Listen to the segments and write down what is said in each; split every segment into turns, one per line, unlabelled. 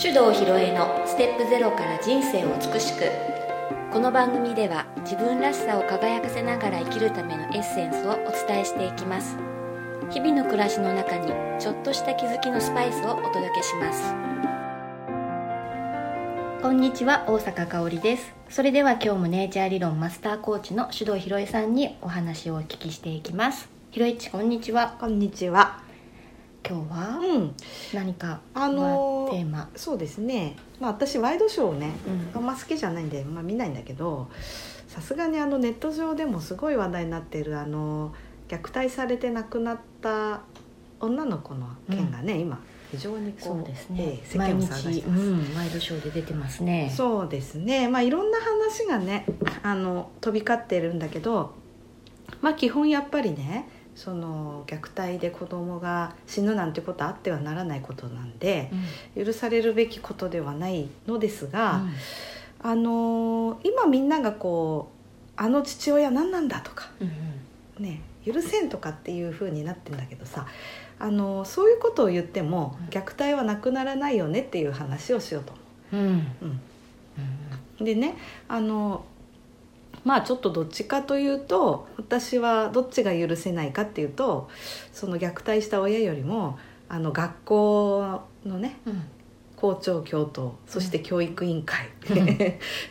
手動ひろえのステップゼロから人生を美しくこの番組では自分らしさを輝かせながら生きるためのエッセンスをお伝えしていきます日々の暮らしの中にちょっとした気づきのスパイスをお届けしますこんにちは大阪香織ですそれでは今日もネイチャー理論マスターコーチの手動ひろえさんにお話をお聞きしていきますひろいちこんにちは
こんにちは。
今日
う
は
ん、
何か
あのー
テーマ、
そうですね。まあ私ワイドショーをね、
うん
あんま好きじゃないんで、まあ見ないんだけど、さすがにあのネット上でもすごい話題になっているあの虐待されて亡くなった女の子の件がね、今非常にこ
そううですね
ええ世
毎
間を
日
騒がして
う
ます。
んワイドショーで出てますね
そうですね。まあいろんな話がね、あの飛び交っているんだけど、まあ基本やっぱりね。その虐待で子供が死ぬなんてことはあってはならないことなんで、
うん
許されるべきことではないのですが、
うん
あのー今みんながこうあの父親何なんだとか、
うん
ね、許せんとかっていう風になってんだけどさ、あのーそういうことを言っても
うん
虐待はなくならないよねっていう話をしようと思
うんうん
う。うんでねあのまあちょっとどっちかというと私はどっちが許せないかっていうとその虐待した親よりもあの学校のね
うん
校長教頭そして教育委員会、
うん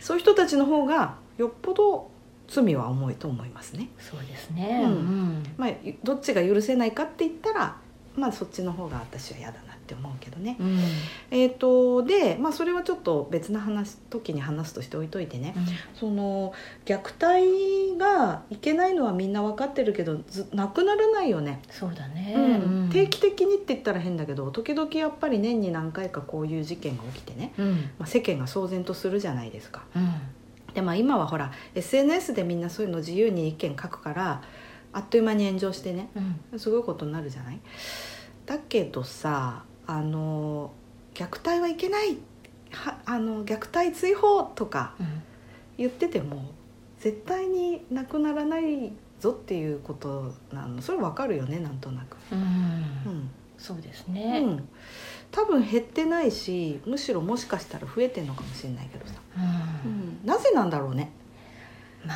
そういう人たちの方がよっぽど罪は重いと思いますね、
そうですね
うん
うん
まあ、ゆどっちが許せないかって言ったら、まあ、そっちの方が私は嫌だなって思うけどね。
うん
えー、とで、まあ、それはちょっと別な話時に話すとして置いといてね、その虐待がいけないのはみんな分かってるけどずなくならないよね、
そうだね
うん定期的にって言ったら変だけど時々やっぱり年に何回かこういう事件が起きてね、
うん
まあ、世間が騒然とするじゃないですか
うん
で、まあ、今はほら SNS でみんなそういうの自由に意見書くからあっという間に炎上してね
うん
すごいことになるじゃないだけどさあの虐待はいけないはあの虐待追放とか
うん
言ってても絶対になくならないぞっていうことなのそれわかるよねなんとなく、
うん
うん
そうです
う
ね
ん、多分減ってないしむしろもしかしたら増えてるのかもしれないけどさ、
うん
なぜなんだろうね
ま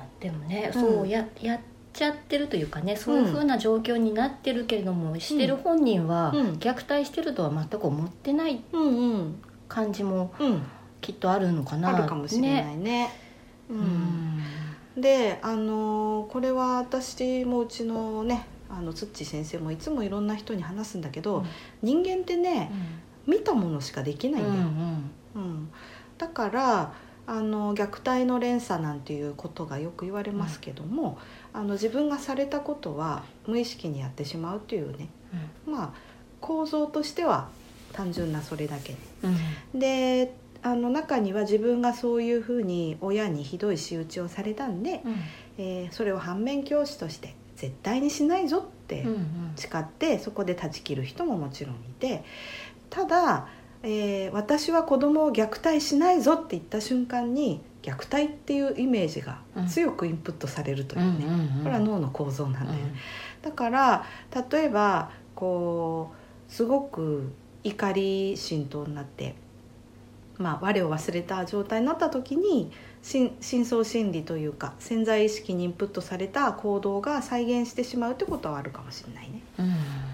あでもね、
うん
そうややっちゃってるというかねそういうふうな状況になってるけれども、してる本人は、
うん
虐待してるとは全く思ってない
うんうん
感じも
うん
きっとあるのかな
あるかもしれな
ね
いねう
うんん
であのーこれは私もうちのねあのつっち先生もいつもいろんな人に話すんだけど、
うん
人間ってね見たものしかでき
う
なんいん
う
だよ、
ん
うん、だからあの虐待の連鎖なんていうことがよく言われますけども、あの自分がされたことは無意識にやってしまうというねまあ構造としては単純なそれだけ
うん
で。であの中には自分がそういうふうに親にひどい仕打ちをされたんで、
うん
えーそれを反面教師として絶対にしないぞって
うんうん
誓ってそこで断ち切る人ももちろんいてただ、えー私は子供を虐待しないぞって言った瞬間に虐待っていうイメージが強くインプットされるというね、これは脳の構造なんだよね、だから例えばこうすごく怒り心頭になって、まあ、我を忘れた状態になった時に深深層心理というか潜在意識にインプットされた行動が再現してしまうってことはあるかもしれないね。
うん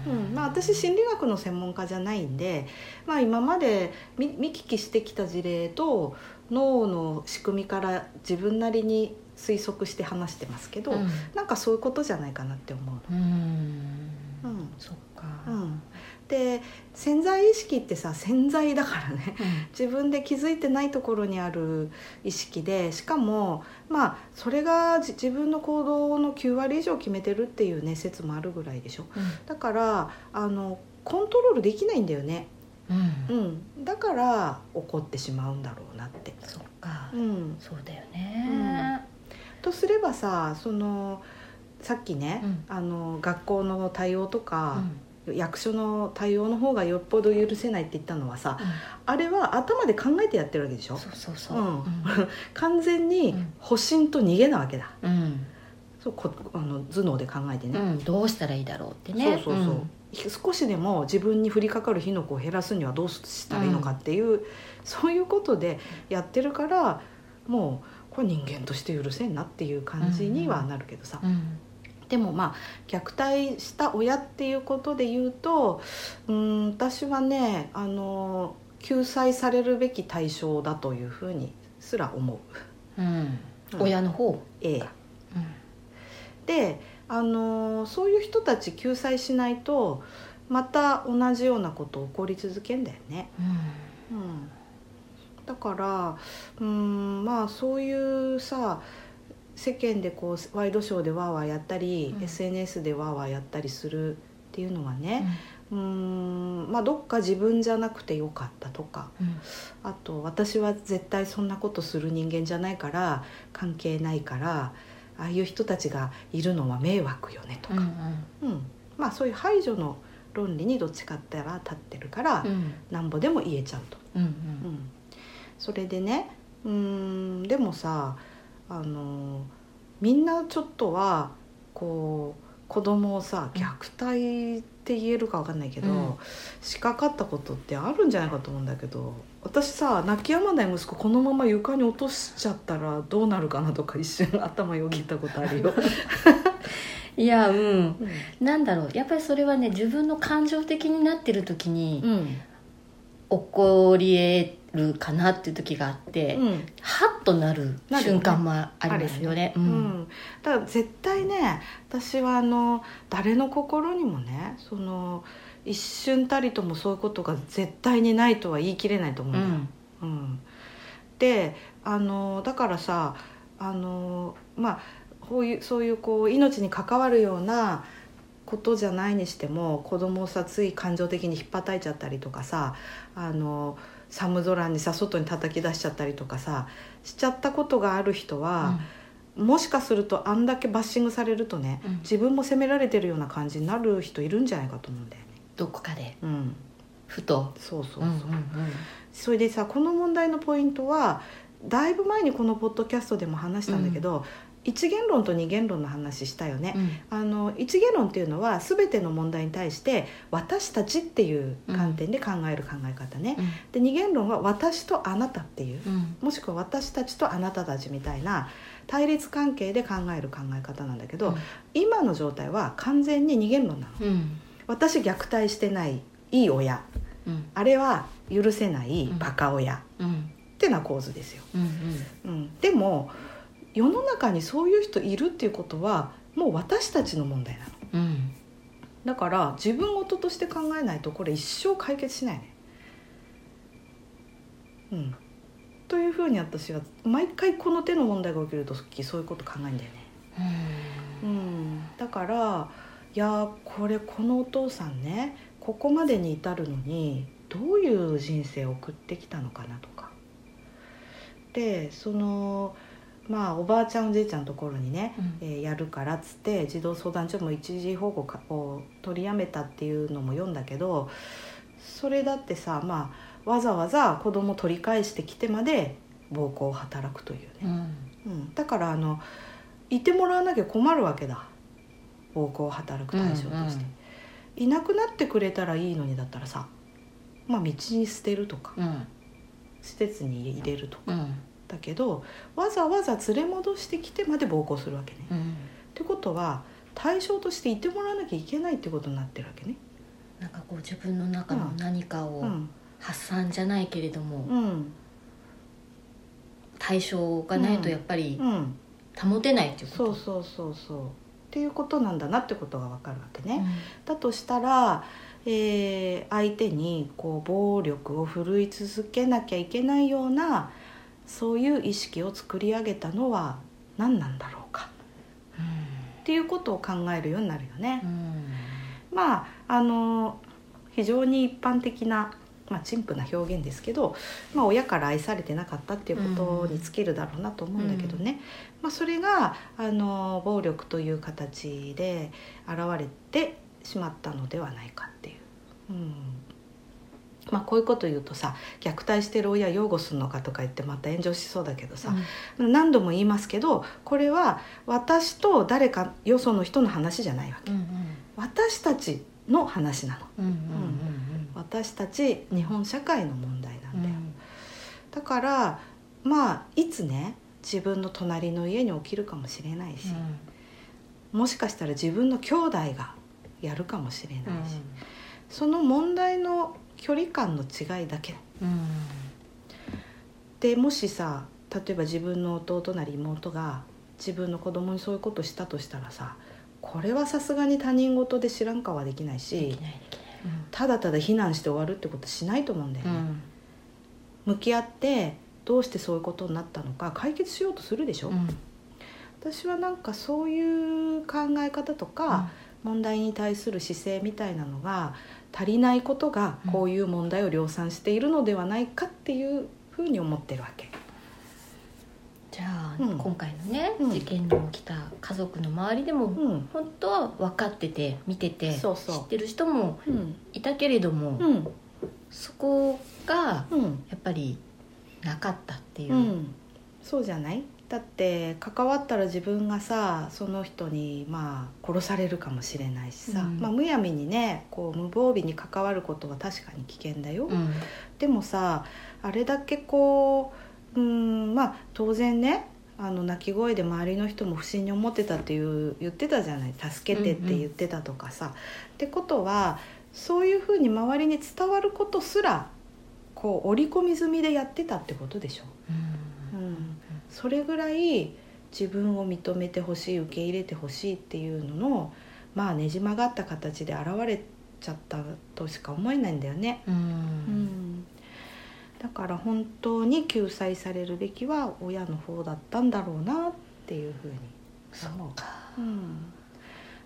う
うんんまあ、私心理学の専門家じゃないんで、まあ、今まで見見聞きしてきた事例と脳の仕組みから自分なりに推測して話してますけど、
うん
なんかそういうことじゃないかなって思う
うん
の。うん
そっか
うん、で潜在意識ってさ潜在だからね 自分で気づいてないところにある意識でしかもまあそれがじ自分の行動の9割以上決めてるっていうね説もあるぐらいでしょだからあのコントロールできないんだよね、
うんうん
うん、だから怒ってしまうんだろうなって。
そっか
うん、
そうだよね
とすればさそのさっきね、
うん
あの学校の対応と
う
か、
ん
役所の対応の方がよっぽど許せないって言ったのはさ
うん
あれは頭で考えてやってるわけでしょ
そうそうそう
う
うんん
完全に
うん
保身と逃げなわけだ、
うん
そうこあの頭脳で考えてね、
うん、どうしたらいいだろうってね
そうそうそう、少しでも自分に降りかかる火の粉を減らすにはどうしたらいいのかっていう、そういうことでやってるからもうこれ人間として許せんなっていう感じにはなるけどさ、
うんうん
でもまあ虐待した親っていうことで言うとうん私はねあの救済されるべき対象だというふうにすら思う。
うん
うん
親の方、
ええであのーそういう人たち救済しないとまた同じようなこと起こり続けんだよね。うん、だからうんまあそういうさ世間でこうワイドショーでワーワーやったり、
うん
SNS でワーワーやったりするっていうのはね、うんまあ、どっか自分じゃなくてよかったとか
うんうん
あと私は絶対そんなことする人間じゃないから関係ないからああいう人たちがいるのは迷惑よね
う
と
ん
か、うんまあそういう排除の論理にどっちかって言ったら立ってるから、
うん
なんぼでも言えちゃうと。
うんうん
う
うん
ん、それでねうーんでもさあのみんなちょっとはこう子供をさ
うん
虐待って言えるかわかんないけど、
うん
しかかったことってあるんじゃないかと思うんだけど私さ泣き止まない息子このまま床に落としちゃったらどうなるかなとか一瞬頭よぎったことある よ。
いやうん
うん
なんだろうやっぱりそれはね自分の感情的になってる時に
うん
起こり得るかなっていう時があって、
うん
ハッとなる
なるよね
瞬間もありますよね。う
うんん、だから絶対ね私はあの誰の心にもねその一瞬たりともそういうことが絶対にないとは言い切れないと思
う
う
ん
だよ。
ん
うんであのだからさあのまあこういうそういうこう命に関わるようなことじゃないにしても子供をさつい感情的にひっぱたいちゃったりとかさあの寒空にさ外に叩き出しちゃったりとかさしちゃったことがある人は。もしかするとあんだけバッシングされるとね、
うん
自分も責められてるような感じになる人いるんじゃないかと思うんだよね。
どこかで
うん、
ふと
そうそうそう、
うんうんうん
それでさこの問題のポイントはだいぶ前にこのポッドキャストでも話したんだけど、一元論と二元論の話したよね。
うん
あの一元論っていうのは全ての問題に対して私たちっていう観点で考える考え方ね、で二元論は私とあなたっていう
うん
もしくは私たちとあなたたちみたいな対立関係で考える考え方なんだけど、今の状態は完全に二元論なの
うん
私虐待してないいい親
うん
あれは許せない
うん
バカ親、っ
うん
てな構図ですよ、
うんうん
うん、でも世の中にそういう人いるっていうことはもう私たちの問題なの
うん
だから自分事として考えないとこれ一生解決しないねうんというふうに私は毎回この手の問題が起きるときそういうこと考えるんだよねうんだからいやーこれこのお父さんねここまでに至るのにどういう人生を送ってきたのかなとかでそのまあおばあちゃんおじいちゃんのところにねえーやるからっつって児童相談所も一時保護かを取りやめたっていうのも読んだけどそれだってさ、まあ、わざわざ子供取り返してきてまで暴行を働くという
う
ね、
ん
うん、だからあのいてもらわなきゃ困るわけだ暴行を働く対象として、いなくなってくれたらいいのにだったらさ、まあ、道に捨てるとか
うん
施設に入れると
う
か、
ん
だけどわざわざ連れ戻してきてまで暴行するわけね。
うん
ってことは対象としていてもらわなきゃいけないってことになってるわけね。
なんかこう自分の中の何か
う
を
ん、
発散じゃないけれども
うん、
対象がないとやっぱり
うん、
保てないっていうこ
そう
と
そうそうそう。っていうことなんだなってことがわかるわけ
う
ね。
ん
だとしたら、えー相手にこう暴力を振るい続けなきゃいけないようなそういう意識を作り上げたのは何なんだろうかっていうことを考えるようになるよね。
うん
まああの非常に一般的な、まあ、陳腐な表現ですけど、まあ、親から愛されてなかったっていうことに尽きるだろうなと思うんだけどね、まあ、それがあの暴力という形で現れてしまったのではないかっていう、うん、まあ、こういうこと言うとさ虐待してる親擁護するのかとか言ってまた炎上しそうだけどさ、何度も言いますけどこれは私と誰かよその人の話じゃないわけ、
うん
私たちの話なの
うんうんうん
私たち日本社会の問題なん
うんうん
だよ、だからまあいつね自分の隣の家に起きるかもしれないし、もしかしたら自分の兄弟がやるかもしれないし、その問題の距離感の違いだけでもしさ例えば自分の弟なり妹が自分の子供にそういうことしたとしたらさこれはさすがに他人事で知らんかはできない
で
し
きないでき
ただただ非難して終わるってことしないと思うんだよ
な
ね
い、
向き合ってどうしてそういうことになったのか解決しようとするでしょ、
うん
私はなんかそういう考え方とか、問題に対する姿勢みたいなのが足りないことがこういう問題を量産しているのではないかっていうふうに思ってるわけ。
じゃあ、
うん
今回のね、
うん
事件の起きた家族の周りでも、
うん、
本当は分かってて見てて
そうそう
知ってる人も
うん、
いたけれども、
うん
そこが
うん
やっぱりなかったっていうう、
ん、そうじゃないだって関わったら自分がさその人にまあ殺されるかもしれないしさ、
うん
まあ、むやみにねこう無防備に関わることは確かに危険だよ、
うん
でもさあれだけこううんまあ当然ねあの泣き声で周りの人も不審に思ってたっていう言ってたじゃない助けてって言ってたとかさ、ってことはそういうふうに周りに伝わることすらこう織り込み済みでやってたってことでしょ、
うん
うん、それぐらい自分を認めてほしい受け入れてほしいっていうののまあねじ曲がった形で現れちゃったとしか思えないんだよね。
うん
うんだから本当に救済されるべきは親の方だったんだろうなっていうふうに
そう
思う
か
うん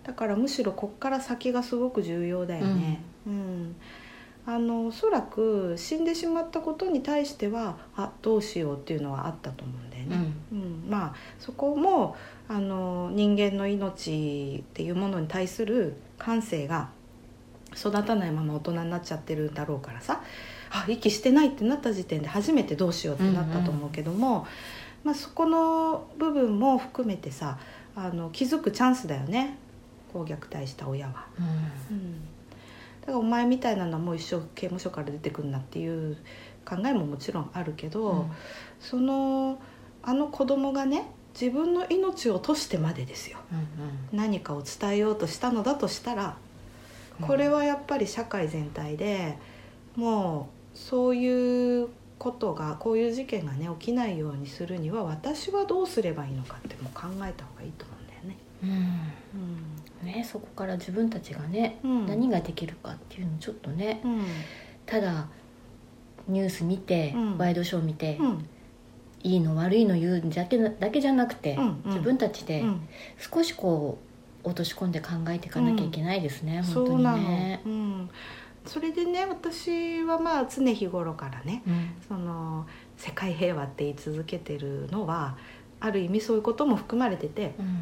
だからむしろこっから先がすごく重要だよね、うんあのおそらく死んでしまったことに対してはあどうしようっていうのはあったと思うんだよ
う
ね、
ん
うん、まあそこもあの人間の命っていうものに対する感性が育たないまま大人になっちゃってるんだろうからさあ息してないってなった時点で初めてどうしようってなったと思うけども、まあ、そこの部分も含めてさあの気づくチャンスだよねこう虐待した親は。
うん
うんだからお前みたいなのはもう一生刑務所から出てくんなっていう考えももちろんあるけど、そのあの子供がね自分の命を賭してまでですよ
うん
何かを伝えようとしたのだとしたら
うん
これはやっぱり社会全体でもうそういうことがこういう事件がね起きないようにするには私はどうすればいいのかってもう考えた方がいいと思うんだよね。
うん
うん
ねそこから自分たちがね、
うん
何ができるかっていうのちょっとね
うん
ただニュース見て、
うん
ワイドショー見て、
うん
いいの悪いの言うんだけなだけじゃなくて、
うんうん
自分たちで、
うん
少しこう落とし込んで考えていかなきゃいけないですね、本
そ
当
う
に
なの、
ね。
うん、それでね私はまあ常日頃からね
うん
その世界平和って言い続けてるのはある意味そういうことも含まれてて
うん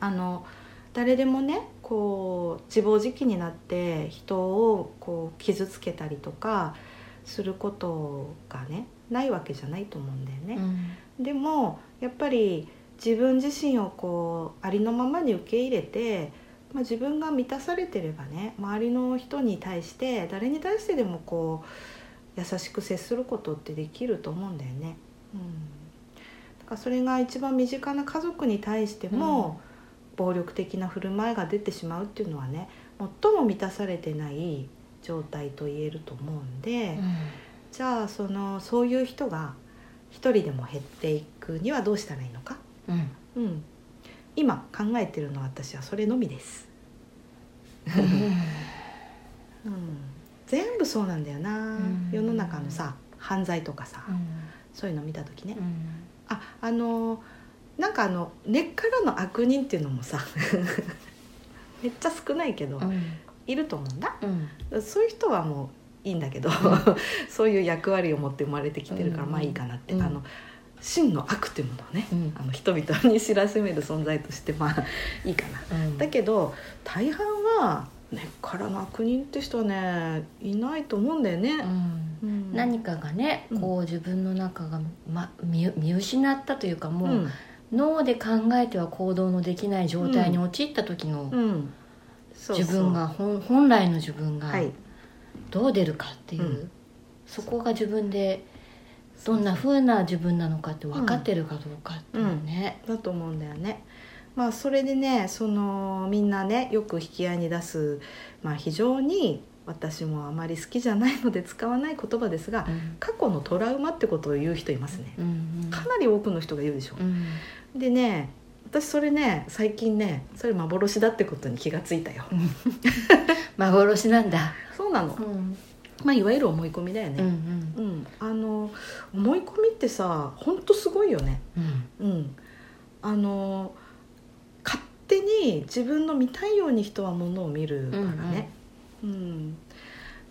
あの誰でもねこう自暴自棄になって人をこう傷つけたりとかすることがねないわけじゃないと思うんだよ
う
ね。
ん
でもやっぱり自分自身をこうありのままに受け入れて、まあ、自分が満たされてればね周りの人に対して誰に対してでもこう優しく接することってできると思うんだよね。うん、だからそれが一番身近な家族に対しても、暴力的な振る舞いが出てしまうっていうのはね最も満たされてない状態と言えると思うんで。じゃあそのそういう人が一人でも減っていくにはどうしたらいいのか、
うん
うん、今考えてるのは私はそれのみです、うん、全部そうなんだよな、
ん
世の中のさ犯罪とかさ、
うん
そういうの見た時ね、
うん
ああのなんかあの根っからの悪人っていうのもさ めっちゃ少ないけど、いると思うんだ
うん
そういう人はもういいんだけど そういう役割を持って生まれてきてるから
うん
まあいいかなって、
うん
あの真の悪というものをね
うん
あの人々に知らしめる存在としてまあいいかな。だけど大半は根っからの悪人って人はねいないと思うんだよ
う
ね、
ん
うん
何かがね
うん
こう自分の中が、ま、見見失ったというかも
う
う、
ん
脳で考えては行動のできない状態に陥った時の
うんそうそう
自分が本本来の自分が
はい
どう出るかっていう、
うん
そこが自分でどんな風な自分なのかって分かってるかどうかっていうね。
だと思うんだよね。まあ、それでねそのみんなねよく引き合いに出す、まあ、非常に私もあまり好きじゃないので使わない言葉ですが
うん
過去のトラウマってことを言う人いますね
うん
かなり多くの人が言うでしょ
うんうん
でね私それね最近ねそれ幻だってことに気がついたよ
幻なんだ。
そうなの
う、ん
まあ、いわゆる思い込みだよ
うんう
ね
ん
うん、あの思い込みってさほんとすごいよね
うん
うん、あの勝手に自分の見たいように人はものを見るからね。うん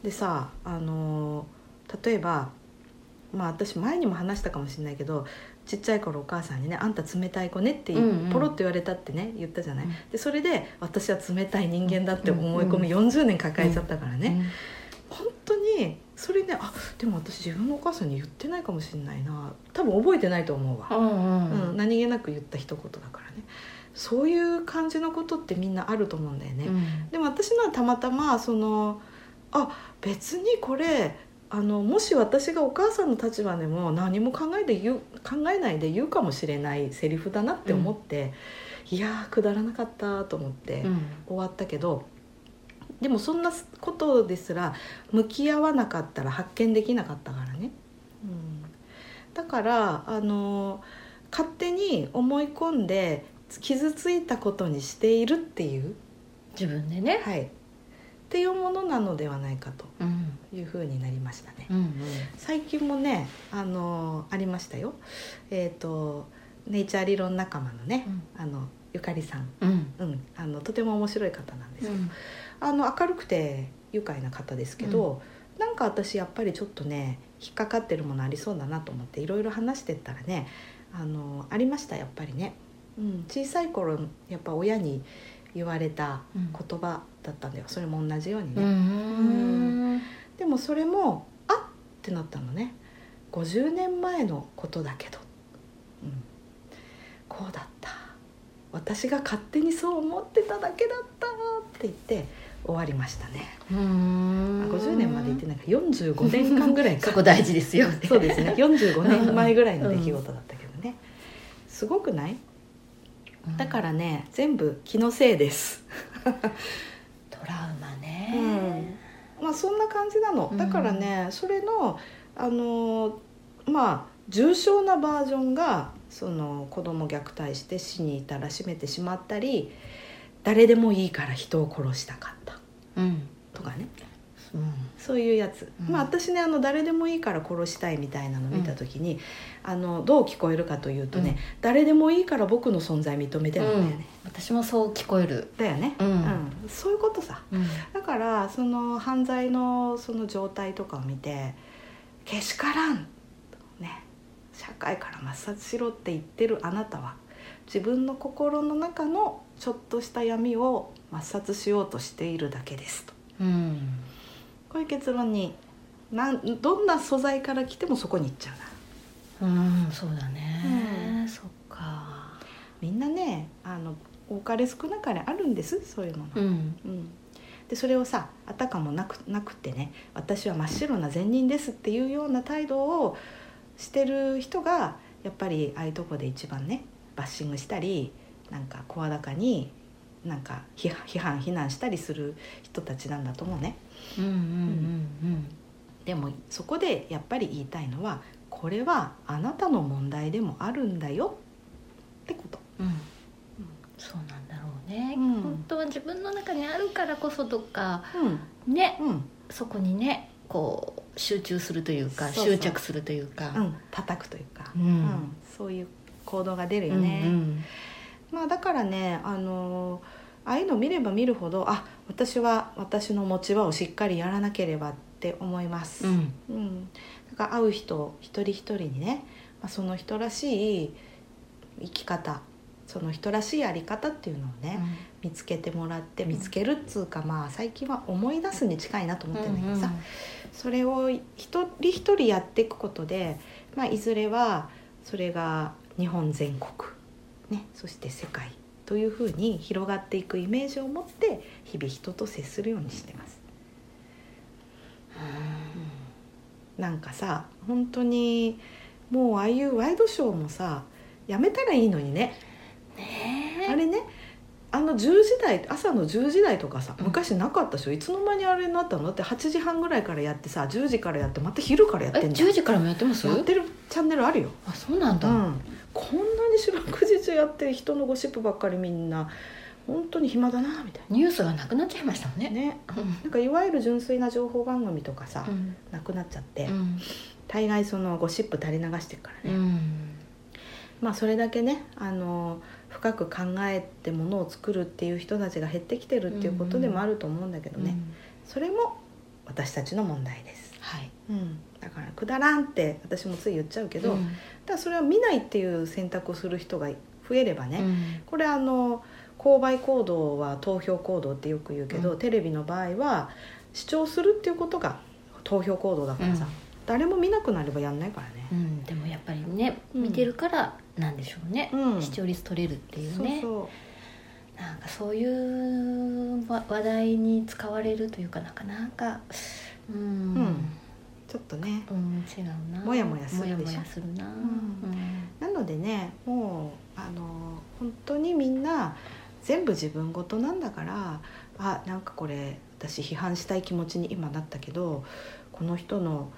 でさあの例えば、まあ、私前にも話したかもしれないけどちっちゃい頃お母さんにね「あんた冷たい子ね」って
うんうん
ポロッと言われたってね言ったじゃない。
うん
でそれで私は冷たい人間だって思い込み40年抱えちゃったからね。本当にそれねあでも私自分のお母さんに言ってないかもしれないな多分覚えてないと思うわ
う。んう
うんん、何気なく言った一言だからねそういう感じのことってみんなあると思うんだよね、
うん
でも私のはたまたまそのあ別にこれあのもし私がお母さんの立場でも何も考えて言う考えないで言うかもしれないセリフだなって思って、いやーくだらなかったと思って
うん
終わったけど、でもそんなことですら向き合わなかったら発見できなかったからね、うん、だからあの勝手に思い込んで傷ついたことにしているっていう、
自分でね。
はい、っていうものなのではないかと
うん
いうふうになりましたね
うんうん
最近もねあのありましたよえっ、とネイチャー理論仲間のねあのゆかりさん、
うん
うん、あのとても面白い方なんです
う
よ、
ん
あの明るくて愉快な方ですけど、なんか私やっぱりちょっとね引っかかってるものありそうだなと思っていろいろ話してったらねあのありましたやっぱりね、うん、小さい頃やっぱ親に言われた
うん
言葉だったんだよそれも同じように
う
ね、
ん
でもそれも「あっ!」ってなったのね50年前のことだけど、うん、こうだった私が勝手にそう思ってただけだったって言って終わりましたね
うん
あ50年まで行ってないか45年間ぐらいか
そこ大事ですよね
そうですね45年前ぐらいの出来事だったけどね、すごくないだかららね全部気のせいです
トラウマね、
まあそんな感じなのだからね、それのあのーまあ重症なバージョンがその子供虐待して死に至らしめてしまったり誰でもいいから人を殺したかった
うん
とかね
うん
そういうやつ、
うん
まあ私ねあの誰でもいいから殺したいみたいなの見た時に、あのどう聞こえるかというとね、
うん
誰でもいいから僕の存在認めてなんだよね、
私もそう聞こえる
だよね、
うん
うん、そういうことさ
うん
だからその犯罪のその状態とかを見て「けしからん!」ね社会から抹殺しろって言ってるあなたは自分の心の中のちょっとした闇を抹殺しようとしているだけですと
うん
こういう結論になんどんな素材から来てもそこに行っちゃうな
うんそうだね、
うん
そっか
みんなねあの多かれ少なかれあるんですそういうもの、
うん
うんでそれをさあたかもなくなくってね私は真っ白な善人ですっていうような態度をしてる人がやっぱりああいうとこで一番ねバッシングしたりなんか声高になんか批判批判非難したりする人たちなんだと思うね
うんうんうん
でもそこでやっぱり言いたいのはこれはあなたの問題でもあるんだよってこと
うんうんそうなんだろうね、
うん
本当は自分の中にあるからこそとか
う
ね
んうん
そこにねこう集中するというか
そうそう
執着するというか、
うん叩くというか、
うん
うんそういう行動が出るよね、
うん
まあだからねあのああいうの見れば見るほどあ私は私の持ち場をしっかりやらなければって思います、
うんうん
うんだから会う人一人一人にね、まあ、その人らしい生き方その人らしいあり方っていうのをね、
うん
見見つけてもらって見つけるっつうか、まあ最近は思い出すに近いなと思ってるんだけどさ、それを一人一人やっていくことで、まあ、いずれはそれが日本全国、ね、そして世界というふうに広がっていくイメージを持って日々人と接するようにしてます。なんかさ本当にもうああいうワイドショーもさやめたらいいのにねあれねあの10時台朝の10時台とかさ
うん
昔なかったでしょ、いつの間にあれになったのだって8時半ぐらいからやってさ10時からやってまた昼からやって
え
んじゃん
10時からもやってます
やってるチャンネルあるよ、
あそうなん
う
だ、
ん、こんなに四六時中やって人のゴシップばっかりみんな本当に暇だなみたい
ニュースがなくなっちゃいましたもん
な
ね
ね
うん
なんかいわゆる純粋な情報番組とかさ、
うん
なくなっちゃって、
うん
大概そのゴシップ垂れ流してるからね、まあ、それだけねあの深く考えてものを作るっていう人たちが減ってきてるっていうことでもあると思うんだけど
うん
ね、それも私たちの問題です、
はい
うん、だからくだらんって私もつい言っちゃうけど、
うん
ただそれは見ないっていう選択をする人が増えればね、
うん
これあの購買行動は投票行動ってよく言うけど、
う
テレビの場合は視聴するっていうことが投票行動だからさ、
うん
誰も見なくなればやんないからね。
うんでもやっぱりね
うん
見てるからなんでしょうね、
うん
視聴率取れるっていうね
そうそう
なんかそういうわ話題に使われるというかなかなかうん、
ちょっとね
うん違うな
もやもやするでしょ
もやもやするな、
なのでねもうあの本当にみんな全部自分事なんだからあなんかこれ私批判したい気持ちに今なったけどこの人の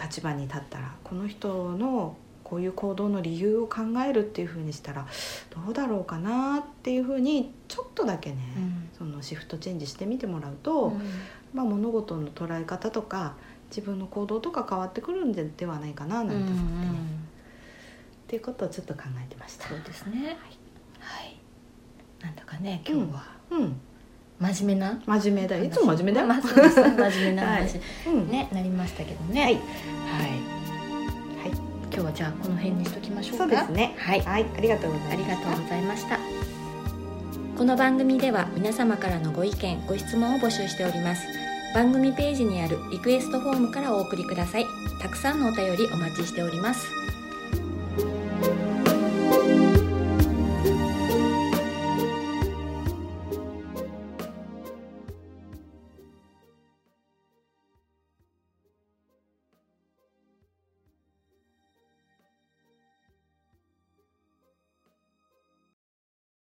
立場に立ったらこの人のこういう行動の理由を考えるっていうふうにしたらどうだろうかなっていうふうにちょっとだけね、
うん
そのシフトチェンジしてみてもらうと、
うん
まあ、物事の捉え方とか自分の行動とか変わってくるんでではないかななん
う
て
ん
思ってね。
うん
っていうことをちょっと考えてました
そうですねはい、なんだかね今日は
うん
真面目な
真面目だよいつも真面目だよ、
まあそうです真面目 な
はい
話、
うん
ねなりましたけどね、
はい
はい
はい
今日はじゃあこの辺にしときましょうか
そうですね
はい
はいありがとうございま
ありがとうございました
この番組では皆様からのご意見ご質問を募集しております番組ページにあるリクエストフォームからお送りくださいたくさんのお便りお待ちしております